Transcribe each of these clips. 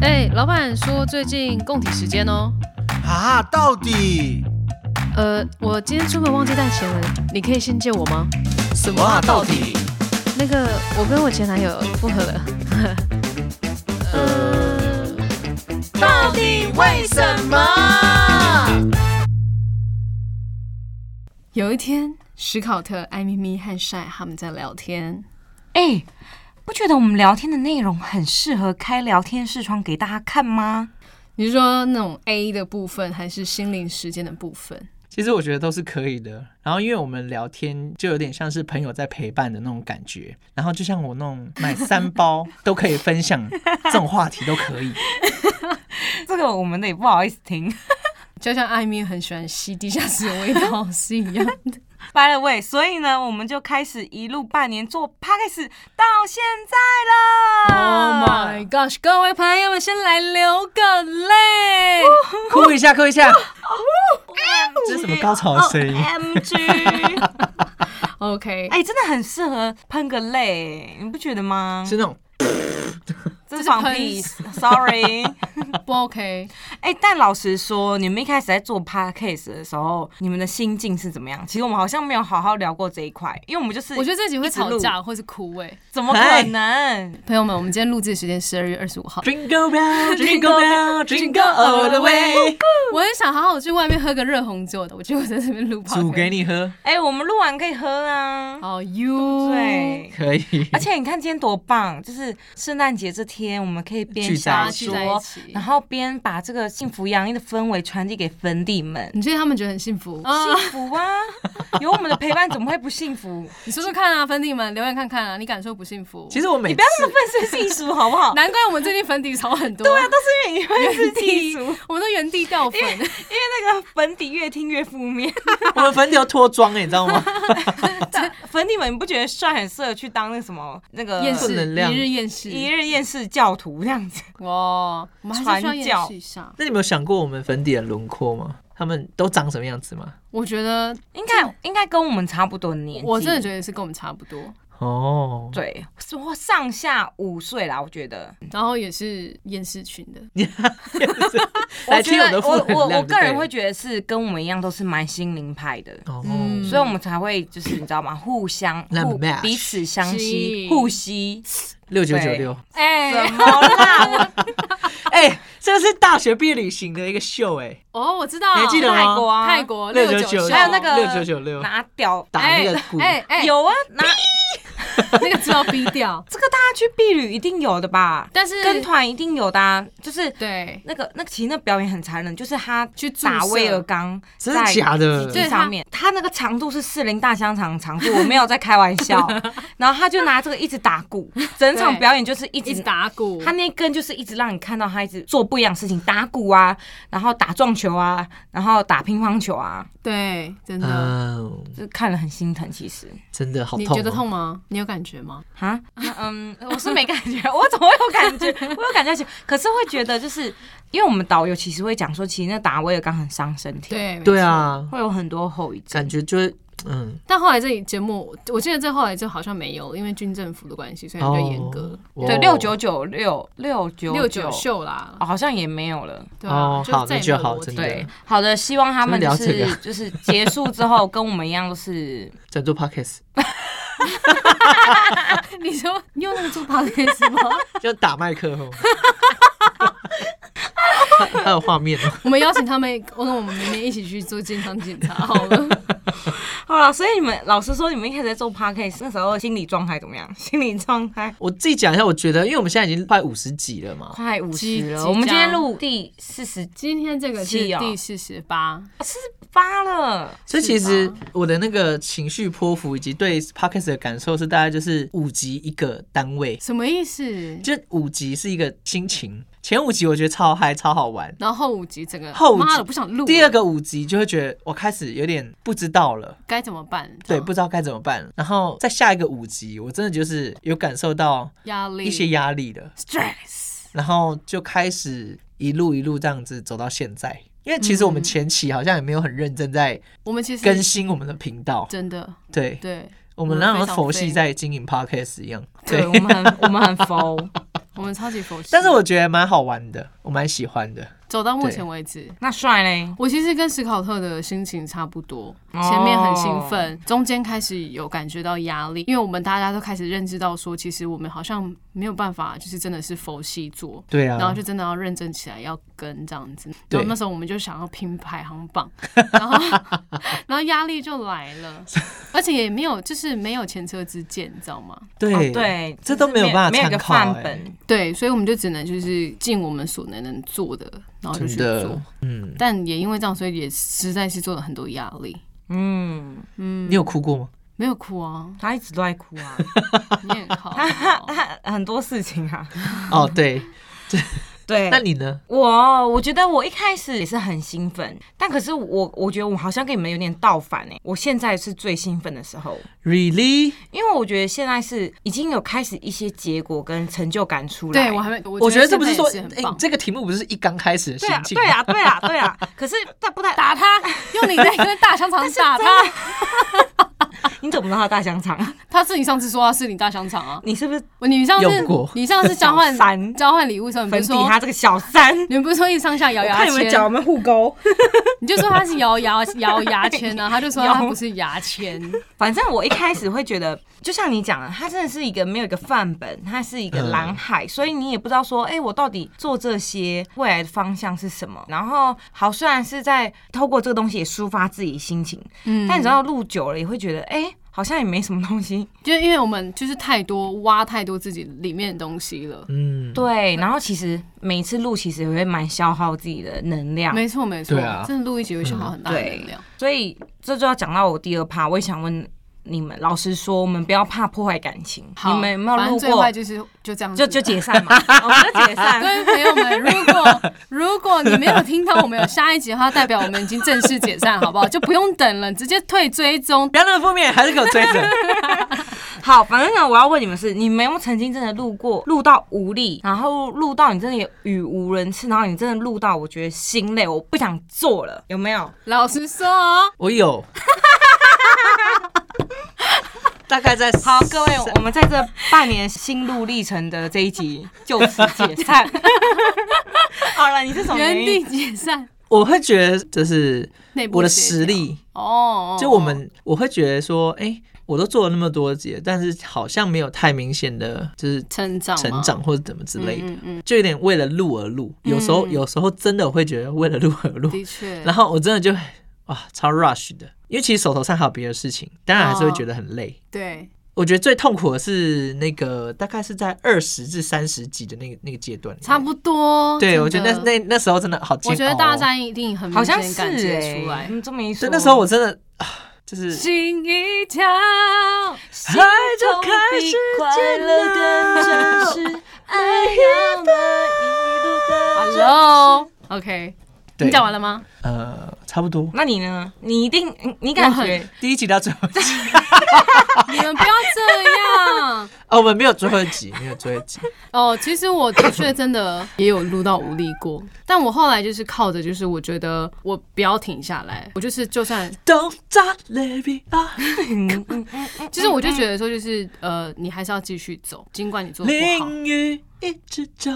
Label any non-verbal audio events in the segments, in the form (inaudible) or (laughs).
哎、老板说最近供体时间哦。啊，到底呃，我今天出门忘记带钱了，你可以先借我吗？什么啊？到底？那个，我跟我前男友复合了。呃，到底为什么？有一天，史考特、艾咪咪和晒他们在聊天。哎、不觉得我们聊天的内容很适合开聊天视窗给大家看吗？ (laughs) 你是说那种 A 的部分，还是心灵时间的部分？其实我觉得都是可以的。然后因为我们聊天就有点像是朋友在陪伴的那种感觉，然后就像我那种买三包都可以分 (laughs) 享这种话题都可以。这个我们得不好意思听。 (laughs) 就像艾米很喜欢吸地下室的味道 (laughs) 是一样的。 By the way，所以呢，我们就开始一路半年做 p a c k a g e 到现在 Oh 了。 my gosh！各位朋友们，先来流个泪。哭一下，哭一下，这是什么高潮的声音哦 M G， (laughs) OK，哎，真的很适合喷个泪，你不觉得吗？是那种这是是放喷屁，Sorry。 (laughs) 不 OK？哎、但老实说，你们一开始在做 podcast 的时候，你们的心境是怎么样？其实我们好像没有好好聊过这一块，因为我们就是我觉得这集会一直录吵架或是哭哎、怎么可能？朋友们，我们今天录制的时间十二月二十五号。 (laughs) Jingle bell, jingle bell, jingle all the way，我很想好好去外面喝个热红酒的，我觉得我在这边录 podcast。煮给你喝，哎、我们录完可以喝啊。好哦 you 对，可以而。且你看今天多棒，就是圣诞节这天，我们可以边聚在小一起大家聚在一说起，然后边把这个幸福洋溢的氛围传递给粉底们。你觉得他们觉得很幸福啊？幸福啊！有我们的陪伴，怎么会不幸福？你说说看啊，粉底们留言看看啊，你感受不幸福？其实我每你次不要那么愤世嫉俗，好不好？难怪我们最近粉底潮很多，对啊，都是因为你愤世嫉俗，因为我们都原地掉粉。那个粉底越听越负面。 (laughs) 我们粉底要脱妆哎，你知道 (laughs) 吗？粉底们，你不觉得帅很适合去当那个什么那个 (laughs) 厌负世，能量一日厌世，一日厌世教徒这样子？哇，我们还是需要传厌教世一下。那你们有想过我们粉底的轮廓吗？他们都长什么样子吗？我觉得应该应该跟我们差不多年纪，我真的觉得是跟我们差不多，哦，对，我上下五岁啦，我觉得。然后也是厌世群的。 (laughs) 来觉听我得的负我能量我我就个对人了会觉得是跟我们一样，都是蛮心灵派的。哦，嗯所以我们才会就是你知道吗？互相那互 match 彼此相吸，是互吸。六九九对六，哎、怎么啦？ (laughs) 我哎，这是大学毕业旅行的一个秀哎、哦，我知道，你还记得吗泰国啊，泰国六九哦九九还有那个六九九六拿屌打那个鼓，哎哎，有啊，拿，那个字要逼掉 (laughs) 这个大家去避旅一定有的吧？但是跟团一定有的、啊，就是对，那个那个其实那表演很残忍，就是他去注射打威尔刚真的在假的？对这上面，他那个长度是四零大香肠长 (laughs) 度，我没有在开玩笑。然后他就拿这个一直打鼓，整场表演就是一一直直打。打鼓，他那一根就是一直让你看到他一直做不一样的事情，打鼓啊，然后打撞球啊，然后打乒乓球啊，对，真的。嗯，就看了很心疼。其实真的好你痛、啊哦觉得？痛吗？你有感觉吗？啊，嗯，我是没感觉， (laughs) 我怎么会有感觉？我有感觉，可是会觉得就是因为我们导游其实会讲说，其实那打威尔刚很伤身体，，对，没对错。啊，会有很多后遗症感。觉就会嗯，但后来这节目，我记得这后来就好像没有，因为军政府的关系，所以比较严格。哦对，六九九六六九六九秀啦哦，，好像也没有了。对啊，哦就是好再也那就没有好裸体真的对，好的，希望他们就怎么聊这是就是结束之后，跟我们一样都是在做 podcast (laughs) 你说你用那个做 p o d c 吗？就打麦克风，还有画面哦， (laughs) 我们邀请他们，我跟我们明天一起去做健康检 (laughs) 查好了。 (laughs) 好了，所以你们老实说，你们一开始在做 podcast 那时候心理状态怎么样？ (laughs) 心理状态我自己讲一下，我觉得，因为我们现在已经快五十集了嘛，快五即十即了，我们今天将录第四十今天这个是是哦啊第四十八，八了，所以其是实吧我的那个情绪波幅以及对 podcast 的感受是大概就是五集一个单位，什么意思？就五集是一个心情，前五集我觉得超嗨超好玩，然后后五集整个后五集妈的不想录了，第二个五集就会觉得我开始有点不知道了。该怎么办？这对，样不知道该怎么办。然后在下一个五集，我真的就是有感受到压力一些压力了， stress，然后就开始一路一路这样子走到现在。因为其实我们前期好像也没有很认真在我们其实更新我们的频道，真的对对，我们那我们非种常佛废 (laughs) 系在经营 podcast 一样，对我们很我们很 f 我我们超级佛系，但是我觉得蛮好玩的，我蛮喜欢的。走到目前为止。那帅嘞？我其实跟史考特的心情差不多，哦前面很兴奋，中间开始有感觉到压力，因为我们大家都开始认知到说，其实我们好像没有办法，就是真的是佛系做，对然后啊就，真的要认真起来，要跟这样子。对然后那时候我们就想要拼排行榜， (laughs) 然后然后压力就来 (laughs) 了，而且也没有就是没有前车之鉴，你知道吗？对哦对，这都没有办法没有一参个考范哎本。对，所以我们就只能就是尽我们所能能做的，然后就去真做的。，嗯，但也因为这样，所以也实在是做了很多压力。嗯，你有哭过吗？没有哭啊，他一直都在 (laughs) 哭啊， (laughs) (laughs) 你也好。哦他很多事 (laughs) 情啊。哦，对，对，那你呢？我我觉得我一开始也是很兴奋，但可是我我觉得我好像跟你们有点倒反哎、我现在是最兴奋的时候， Really？因为我觉得现在是已经有开始一些结果跟成就感出来。对我还没，我我觉得这不是是说，很哎棒，。这个题目不是一刚开始的心对啊情对吗，啊对啊对啊，可是但 (laughs) 不太打他，用你那根大香 (laughs) 肠打他。你怎么知道他大香肠？ (laughs) 他是你上次说他是你大香肠啊？你是不是你上次用过你上次交换 (laughs) 小三交换礼物的时候，你不粉是底说他这个小三？你们不是说一上下摇我牙看你们脚有签，没有互勾。你就说他是摇 (laughs) 牙摇牙签啊，他就说他不是牙签，反正我一开始会觉得，就像你讲的，它真的是一个没有一个范本，它是一个蓝海，所以你也不知道说，哎、我到底做这些未来的方向是什么。然后，好，虽然是在透过这个东西也抒发自己心情，嗯但你知道录久了也会觉得，哎、好像也没什么东西。就因为我们就是太多挖太多自己里面的东西了。嗯，对，然后其实每一次录，其实也会蛮消耗自己的能量。没错没错对啊，真的录一集会消耗很大的嗯对能量。所以这就要讲到我第二趴，我也想问你们，老实说，我们不要怕破坏感情，好你们有没有反录正最过坏？就是就这样子，就就 (laughs) 解散嘛，我们就解散。各位朋友们，如果如果你没有听到我们有下一集的话，代表我们已经正式解散，好不好？就不用等了，直接退追踪。不要那么负面，还是给我追 (laughs) 着。好，反正呢，我要问你们是，你们有没有曾经真的录过，录到无力，然后录到你真的也语无伦次，然后你真的录到我觉得心累，我不想做了，有没有？老实说哦，我有，大概在好，各位，我们在这半年心路历程的这一集就此解 (laughs) 散。 (laughs) 好了，你是什么原原因？地解散。我会觉得就是内部我的协实调力，哦，就我们我会觉得说，哎、我都做了那么多节，但是好像没有太明显的就是成长吗成长或者怎么之类的，嗯嗯就有点为了录而录。有时候、嗯有时候真的我会觉得为了录而录嗯，，的确。 (laughs) 然后我真的就哇超 rush 的，因为其实手头上还有别的事情，当然还是会哦觉得很累。对，我觉得最痛苦的是那个大概是在二十至三十集的那个那个阶段里面，差不多。对，真我觉得的那那那时候真的好煎熬、哦。我觉得大家一定很好像明是显感哎、欸觉出来。嗯你这么一说，对，那时候我真的啊，就是心一 (laughs) 跳，心中比快乐更真实，爱要那一路的。 Hello，OK，、对你讲完了吗？呃，差不多。那你呢？你一定，你你感我觉很第一集到最后一集，你们不要这样。哦，我们没有最后一集，没有最后一 (laughs) 集。哦，其实我的确真的也有录到无力过，但我后来就是靠着，就是我觉得我不要停下来，我就是就算， Don't stop, let 啊 me up，哎嗯就是我就觉得说，就是呃，你还是要继续走，尽管你做的不好。淋雨一直走。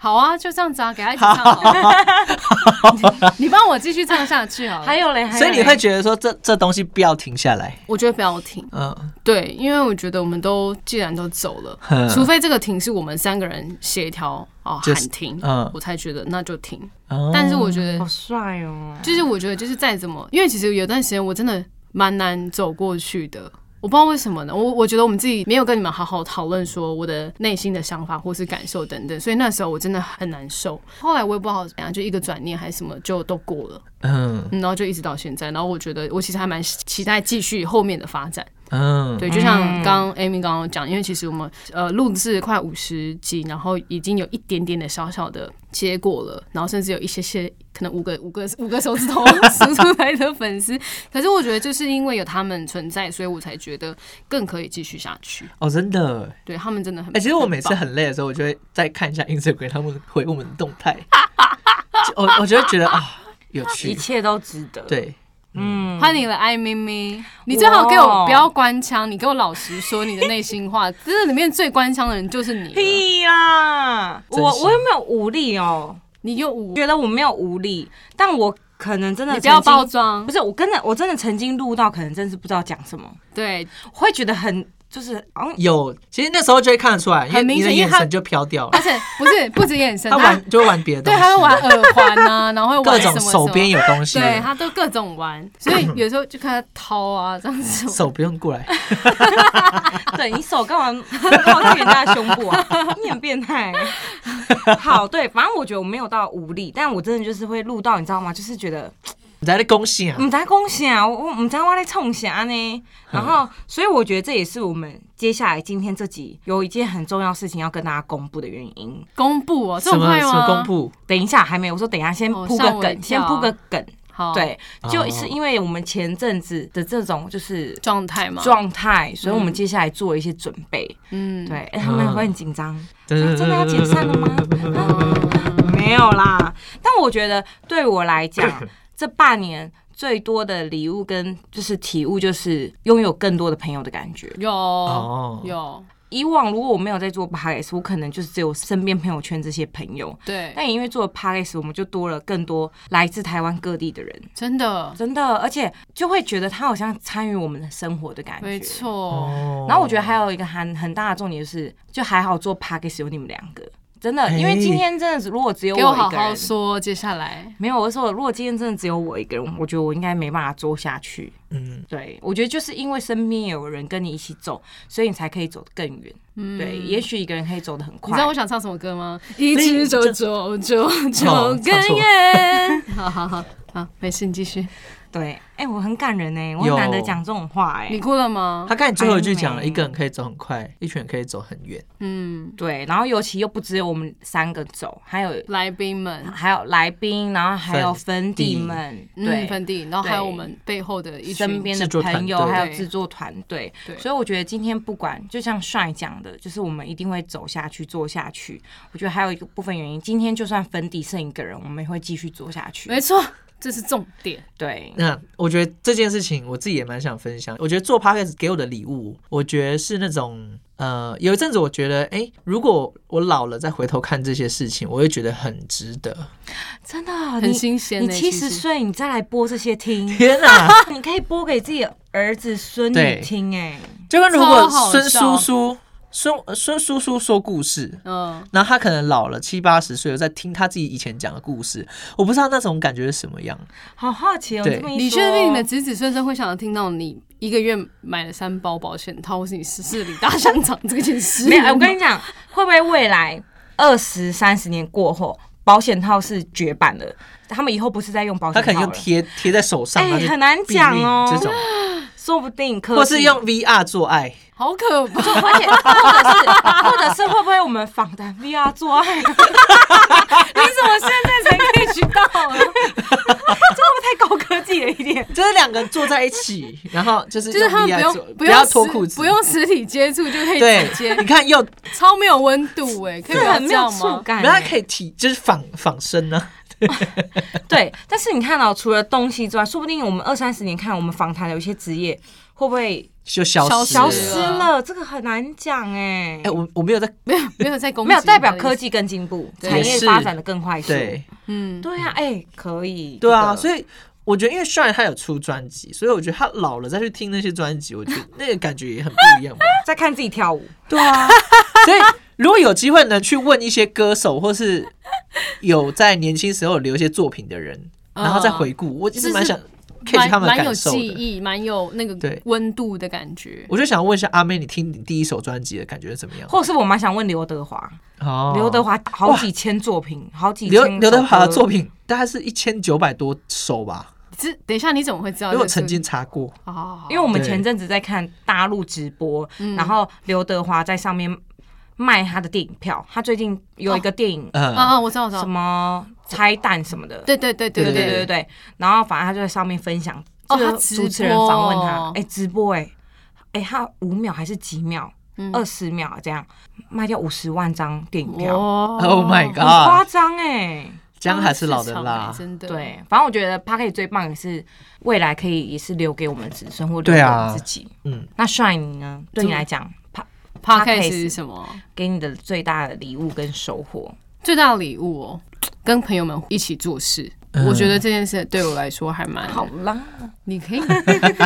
好啊，就这样子啊，给他一起唱好了。 (laughs) 你你帮我继续唱下去好了。还，有嘞，还有嘞哦所哎以你会觉得说这这东西不要停下来，我觉得不要停。嗯，对，因为我觉得我们都既然都走了哼，除非这个停是我们三个人协调哦喊就是停，嗯我才觉得那就停。哦但是我觉得好帅哦，就是我觉得就是再怎么，因为其实有段时间我真的蛮难走过去的。我不知道为什么呢，我我觉得我们自己没有跟你们好好讨论说我的内心的想法或是感受等等，所以那时候我真的很难受。后来我也不好怎么样，就一个转念还是什么就都过了、嗯嗯然后就一直到现在。然后我觉得我其实还蛮期待继续后面的发展。嗯，对，就像嗯刚刚 Amy 刚刚讲，因为其实我们呃录制快五十集，然后已经有一点点的小小的结果了，然后甚至有一些些可能五个五个五个手指 (laughs) 头数出来的粉丝。可是我觉得就是因为有他们存在，所以我才觉得更可以继续下去。哦，真的，对他们真的很，哎、其实我每次棒很累的时候，我就会再看一下 Instagram 他们回我 (laughs) 们的动态，就我我就会觉得啊，有一趣，切都值得。，对，嗯，哦欢迎了，爱咪咪。你最好给我不要官腔，你给我老实说你的内心话。 (laughs) 这里面最官腔的人就是你了，屁啦！我真心我有没有无力哦？你又无，觉得我没有无力，但我可能真的你不要曾经包装不。是我真的我真的曾经录到，可能真是不知道讲什么，对，会觉得很就是嗯有，其实那时候就会看得出来，因为很明你的显因眼为他神就飘掉而了。且不是不止眼神，他 (laughs) 他玩就会玩别的东对，西，他会玩耳环啊，然后会各玩什种么手什边么。有东西，对他都各种玩，所以有时候就看他掏啊这样子。 (laughs) 手不用过来。对你手干嘛靠近人家的胸部 (laughs) 啊？你很变态欸、好，对，反正我觉得我没有到无力，但我真的就是会录到，你知道吗？就是觉得你在那恭喜啊？嗯唔知恭喜啊，我我唔知我在冲啥 (laughs) 呢。然后，所以我觉得这也是我们接下来今天这集有一件很重要事情要跟大家公布的原因。公布哦，这什么么快什吗？么公布？等一下还没有，我说等一下先哦铺个吓我一梗，先跳铺个梗。好，对，哦就是因为我们前阵子的这种就是状态嘛，状态，所以我们接下来做一些准备。嗯，对，哎，他们会很紧张，真啊真的要解散了吗？ (laughs) 嗯啊没有啦，但我觉得对我来讲， (coughs) 这半年最多的礼物跟就是体悟，就是拥有更多的朋友的感觉。有 (laughs) 哦有以往如果我没有在做 podcast，我可能就是只有身边朋友圈这些朋友，对，哎但也因为做了 podcast，我们就多了更多来自台湾各地的人。真的真的，而且就会觉得他好像参与我们的生活的感觉。没。错，哦然后我觉得还有一个很很大的重点就是，就还好做 p a c k a g e 有你们两个，真的，因为今天真的如果只有我哎给我好一个好人，说，接下来没有，我是说如果今天真的只有我一个人，我觉得我应该没办法做下去。嗯，对，我觉得就是因为身边有人跟你一起走，所以你才可以走得更远。对，也许一个人可以走得很嗯你知道我快。想唱什么歌吗？一直走走走走更哦唱错 (laughs) 远。好好好好，没事，你继续。对，哎、我很感人哎、我很有难得讲这种话哎、你哭了吗他？看你最后一句讲了，哎没一个人可以走很快，一群人可以走很远。嗯，对，然后尤其又不只有我们三个走，还有来宾们，还有来宾，然后还有粉粉底底们，嗯，对，粉底，然后还有对我们背后的一身群，边的制作朋友，团队还有制作团队。对所以我觉得今天不管，就像帅讲的，就是我们一定会走下去，做下去。我觉得还有一个部分原因，今天就算粉底剩一个人，我们也会继续做下去没。错，这是重点。对，那我觉得这件事情我自己也蛮想分享。我觉得做 podcast 给我的礼物，我觉得是那种呃，有一阵子我觉得，哎、如果我老了再回头看这些事情，我会觉得很值 (laughs) 得。真的很新鲜你欸七其十实岁，你再来播这些听， (laughs) 天哪、你可以播给自己的儿子、孙女对听。哎，就跟如果超好孙笑叔叔、孙呃孙叔叔说故 (laughs) 事，嗯，然后他可能老了七八十岁了，在听他自己以前讲的故事，我不知道那种感觉是什么样。好好奇哦，对这么一你说确定你的子子孙孙会想要听到你一个月买了三包保险套，或是你十四里大香肠这件事？没有，哎我跟你讲，会不会未来二十三十年过后，保险套是绝版的？他们以后不是在用保他险可套能用了，贴贴在手上，哎然后就很难讲哦避孕这种，说不定可或是用 VR 做爱， (laughs) 好可怕！而且或者是或者是会不会我们访谈 VR 做爱？ (laughs) 这会不你怎么现在才可以知道 (laughs) 啊？会太高科技了一点？ (laughs) 就是两个坐在一起，然后就是就是他们不 VR 做用不用要实脱裤子，不用实体接触就可以对直，接你，看又超没有温度哎、可以这不要这很啊没有样触吗？感、然后哎可以体就是仿仿生呢，对，但是你看到、除了东西之外，说不定我们二三十年看我们访谈的有一些职业会不会就消消失消了。失了？这个很难讲哎、哎，我我没有在没有没有在攻击，没有代表科，技更进步，对产业也是发展的更快速。对嗯，对呀、啊，哎、可以。对啊，以所以。我觉得，因为虽然他有出专辑，所以我觉得他老了再去听那些专辑，我觉得那个感觉也很不一 (laughs) 样吧。再看自己跳舞，对啊，所以如果有机会能去问一些歌手，或是有在年轻时候留一些作品的人，嗯然后再回顾，我其实蛮想 catch 他蛮们的蛮有感受记的。忆，蛮有那个对温度的感觉。我就想问一下阿妹，你听你第一首专辑的感觉是怎么样？或是我蛮想问刘德华，哦刘、德华好几千作品，好几千刘刘德华的作品，品大概是一千九百多首吧，这等一下你怎么会知道因这为哦个我数字？曾经查过。好好好，嗯因为我们对前阵子在看大陆直播，嗯然后刘德华在上面卖他的电影票，他最近有一个电影、嗯，啊啊，我知道我知道什，么拆弹什么的。对对对对对对对对对对，然后反正他就在上面分享，哦就是他直播主持人访问他哦，哎，直播哎，哎，他五秒还是几秒，嗯二十秒这样卖掉五十万张电影票，哦 Oh my 很夸 god！张哎，姜还是老的市场辣欸。真的。对，反正我觉得 p a r k 最棒也是未来可以也是留给我们子孙或留对给啊我们自己。嗯，那 Shine 呢？对你来讲 p Podcast 是什么？给你的最大的礼物跟收获，最大的礼物哦，跟朋友们一起做事。嗯我觉得这件事对我来说还蛮好啦，你可以， (laughs)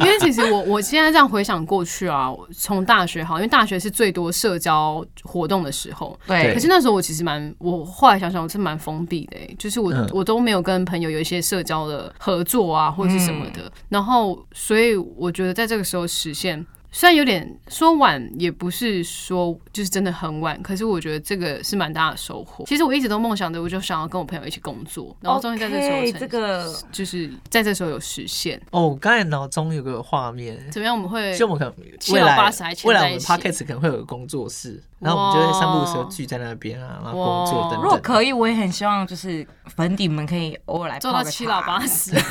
因为其实我我现在这样回想过去啊，我从大学好，因为大学是最多社交活动的时候。对哦可是那时候我其实蛮，我后来想想我是蛮封闭的、欸，就是我、嗯我都没有跟朋友有一些社交的合作啊，或者是什么嗯的。然后，所以我觉得在这个时候实现，虽然有点说晚，也不是说就是真的很晚，可是我觉得这个是蛮大的收获。其实我一直都梦想着，我就想要跟我朋友一起工作，然后终于在这时候 OK，成这个就是在这时候有实现。哦，我刚才脑中有个画面，怎么样？我们会就我们可能七未老来八十还牵未来在我们一起 podcast 可能会有个工作室，然后我们就会三不五时地聚在那边啊，然后工作等等。哇如果可以，我也很希望就是粉底们可以偶尔来做泡到个七茶老八。十， (laughs)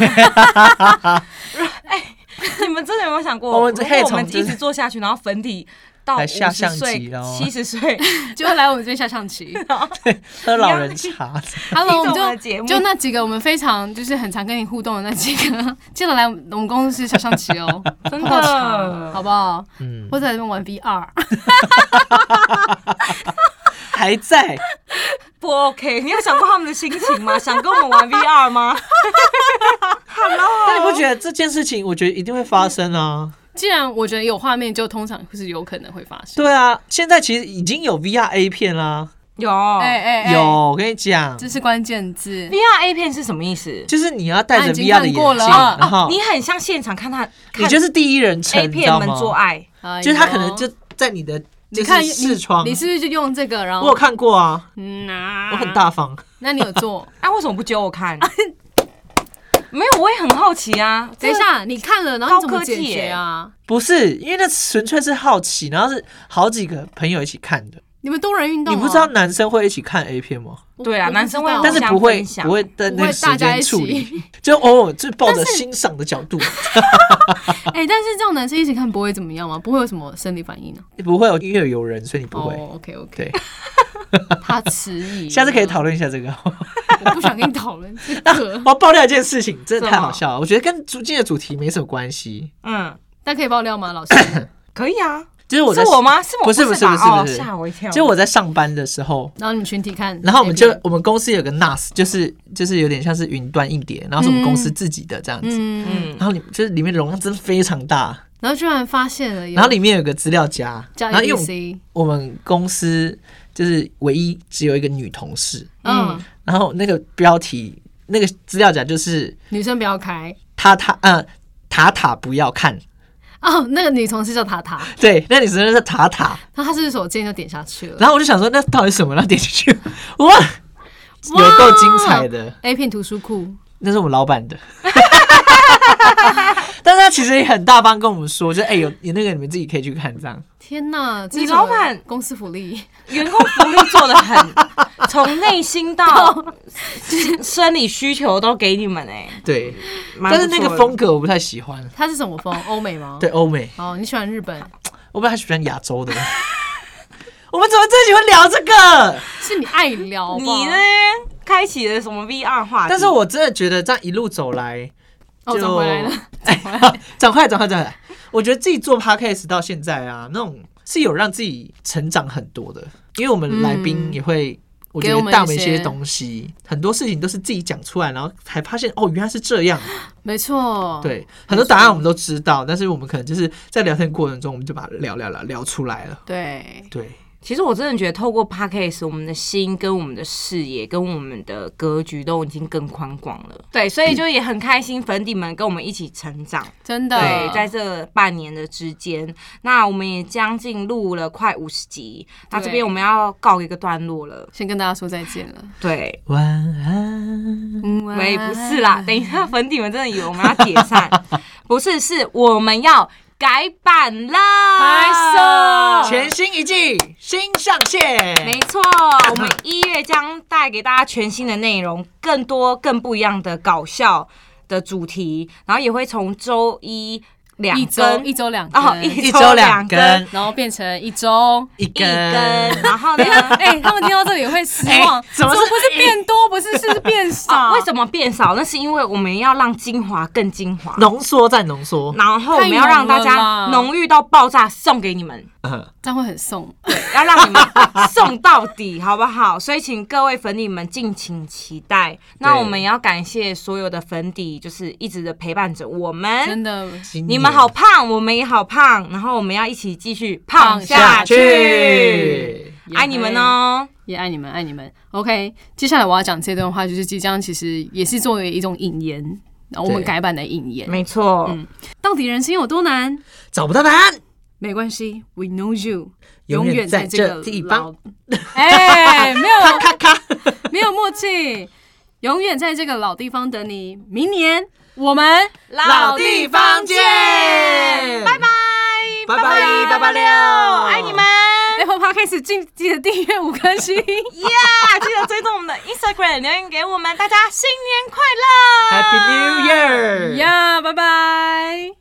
你们真的有没有想过，我们如果可以我从们这一直做下去，然后粉底到五来下十象岁棋咯、七十岁， (laughs) 就会来我们这边下象棋。喝老人茶， Hello，我听们懂了节就目就那几个我们非常就是很常跟你互动的那几个，记得来我们公司下象棋哦，真泡茶的好不好？嗯，或者在那边玩 VR，还在。 (laughs) 不 OK？你有想过他们的心 (laughs) 情吗？想跟我们玩 VR 吗？但你不觉得这件事情，我觉得一定会发生啊？ (laughs) 嗯既然我觉得有画面，就通常是有可能会发生。对啊，现在其实已经有 VR A 片啦，有哎哎哎有，我跟你讲，这是关键字。 VR A 片是什么意思？就是你要戴啊已着经 VR 的眼看过镜，了哦然后你很像现场看他，你看就是第一人称， A 你知片道们吗？做爱，哎呦就是他可能就在你的就你看是视窗，你你是不是就用这个？然我有后看过啊，嗯啊，我很。大方。那你有做？啊，为什么不揪 (laughs) 我看？没有，我也很好奇啊。等一这个，下，你看了，然后你怎高么科技解决啊？不是，因为那纯粹是好奇，然后是好几个朋友一起看的。你们多人运动你哦，不知道男生会一起看 A 片吗？我对啊我不男生会知道但是互相不会分享不会在不那会大个时家间一处起理，就偶尔就抱着但是欣赏的角度， (laughs) 哎、但是这种男生一起看不会怎么样吗？不会有什么生理反应呢、啊哦不会有因为有人，所以你不会。 o k OK，对， (laughs) 他迟疑。啊下次可以讨，论一下这个。我不想跟你讨论这 (laughs) 个，我要爆料一件事情，真的什么太好笑了。我觉得跟主今天的主题没什么关系，嗯，但可以爆料吗， (laughs) 老师？可以啊。就是我在是我？吗？是我不是不不是吧不是哦吓我一跳。就是我在上班的时候，然后你们群体嗯看，哎然后我们就 A 片我们公司有个 NAS，就是就是有点像是云端硬碟，然后是我们公司自己的这样子。嗯，嗯嗯，然后里就是里面的容量真的非常大，然后居然发现了有，然后里面有个资料夹，加然后因为我 A 们 C，我们公司就是唯一只有一个女同事，嗯，然后那个标题那个资料夹就是女生不要开。她她呃塔塔不要看，哦，那个女同事叫塔塔，对，那女生就是塔塔，那她是不是手贱就点下去了然后我就想说那到底什么？然后点进去， (laughs) 哇，有够精彩的， ？A 片图书库，那是我们老板的。但是他其实也很大方跟我们说，就是哎、有有那个你们自己可以去看这样。天哪！这你是我老板公司福利，员工福利做的很， (laughs) 从内心到 (laughs) 生理需求都给你们哎、对，蛮不但错是的那个风格我不太喜欢。它是什么风？欧美吗？对，，欧美，哦，你喜欢日本？我本来喜欢亚洲的。我们怎么最喜欢聊这个？是你爱聊吧，你那边开启了什么 VR 话题？但是我真的觉得这样一路走来，哦，就转回来了。 (laughs) 长快，长快，长快！我觉得自己做 podcast 到现在啊，那种是有让自己成长很多的，因为我们来宾嗯也会。我觉给我得们大一一些些东西，很多事情都是自己讲出来，然后才发现哦，原来是这样。没错，，对，很多答案我们都知道，但是我们可能就是在聊天过程中，我们就把它聊聊聊聊出来了。对，对，其实我真的觉得，透过 podcast，我们的心跟我们的视野跟我们的格局都已经更宽广了。嗯对，所以就也很开心，粉底们跟我们一起成长。真的，对，在这半年的之间，那我们也将近录了快五十集，那这边我们要告一个段落了。先跟大家说再见了。对，晚安。嗯，喂，不是啦，等一下粉底们真的以为我们要解 (laughs) 散，不是，是我们要改版拍啦，手全新一季，新上线。没错，我们一月将带给大家全新的内容，更多更不一样的搞笑的主题，然后也会从周一。两一周根一周两哦，根，一周周两根，根，然后变成一 (laughs) 周。一一根，然后呢 (laughs) 等一？下，哎、他们听到这里会失望，哎怎么是不是变多，不是是变少？哦，为什么变少？那是因为我们要让精华更精华，浓缩再浓缩，然后我们要让大太浓了家啦浓郁到爆炸，送给你们。 (laughs) 这样会很送？要让你们送到底，好不好？所以请各位粉底们敬请期待。那我们也要感谢所有的粉底，就是一直的陪伴着我真们。的你们好胖，我们也好胖，然后我们要一起继续胖下下去。去。爱你们！哦！也爱你们，爱你们。OK，接下来我要讲这段话，就是即将其实也是作为一种引言，然后我们对改版的引言。没错，到底人生有多难？找不到答案，没关系，We know you，永远远在在这个地老方。哎，没咔有 (laughs) 咔咔，没有默契，永远在这个老地方等你。明年我们老地方见，拜拜，拜拜一拜拜六哦爱你们 Apple Podcast 记记得订阅五颗星。呀！记得追踪我们的 Instagram，留言给我们，大家新年快乐，Happy New Year！呀，拜拜。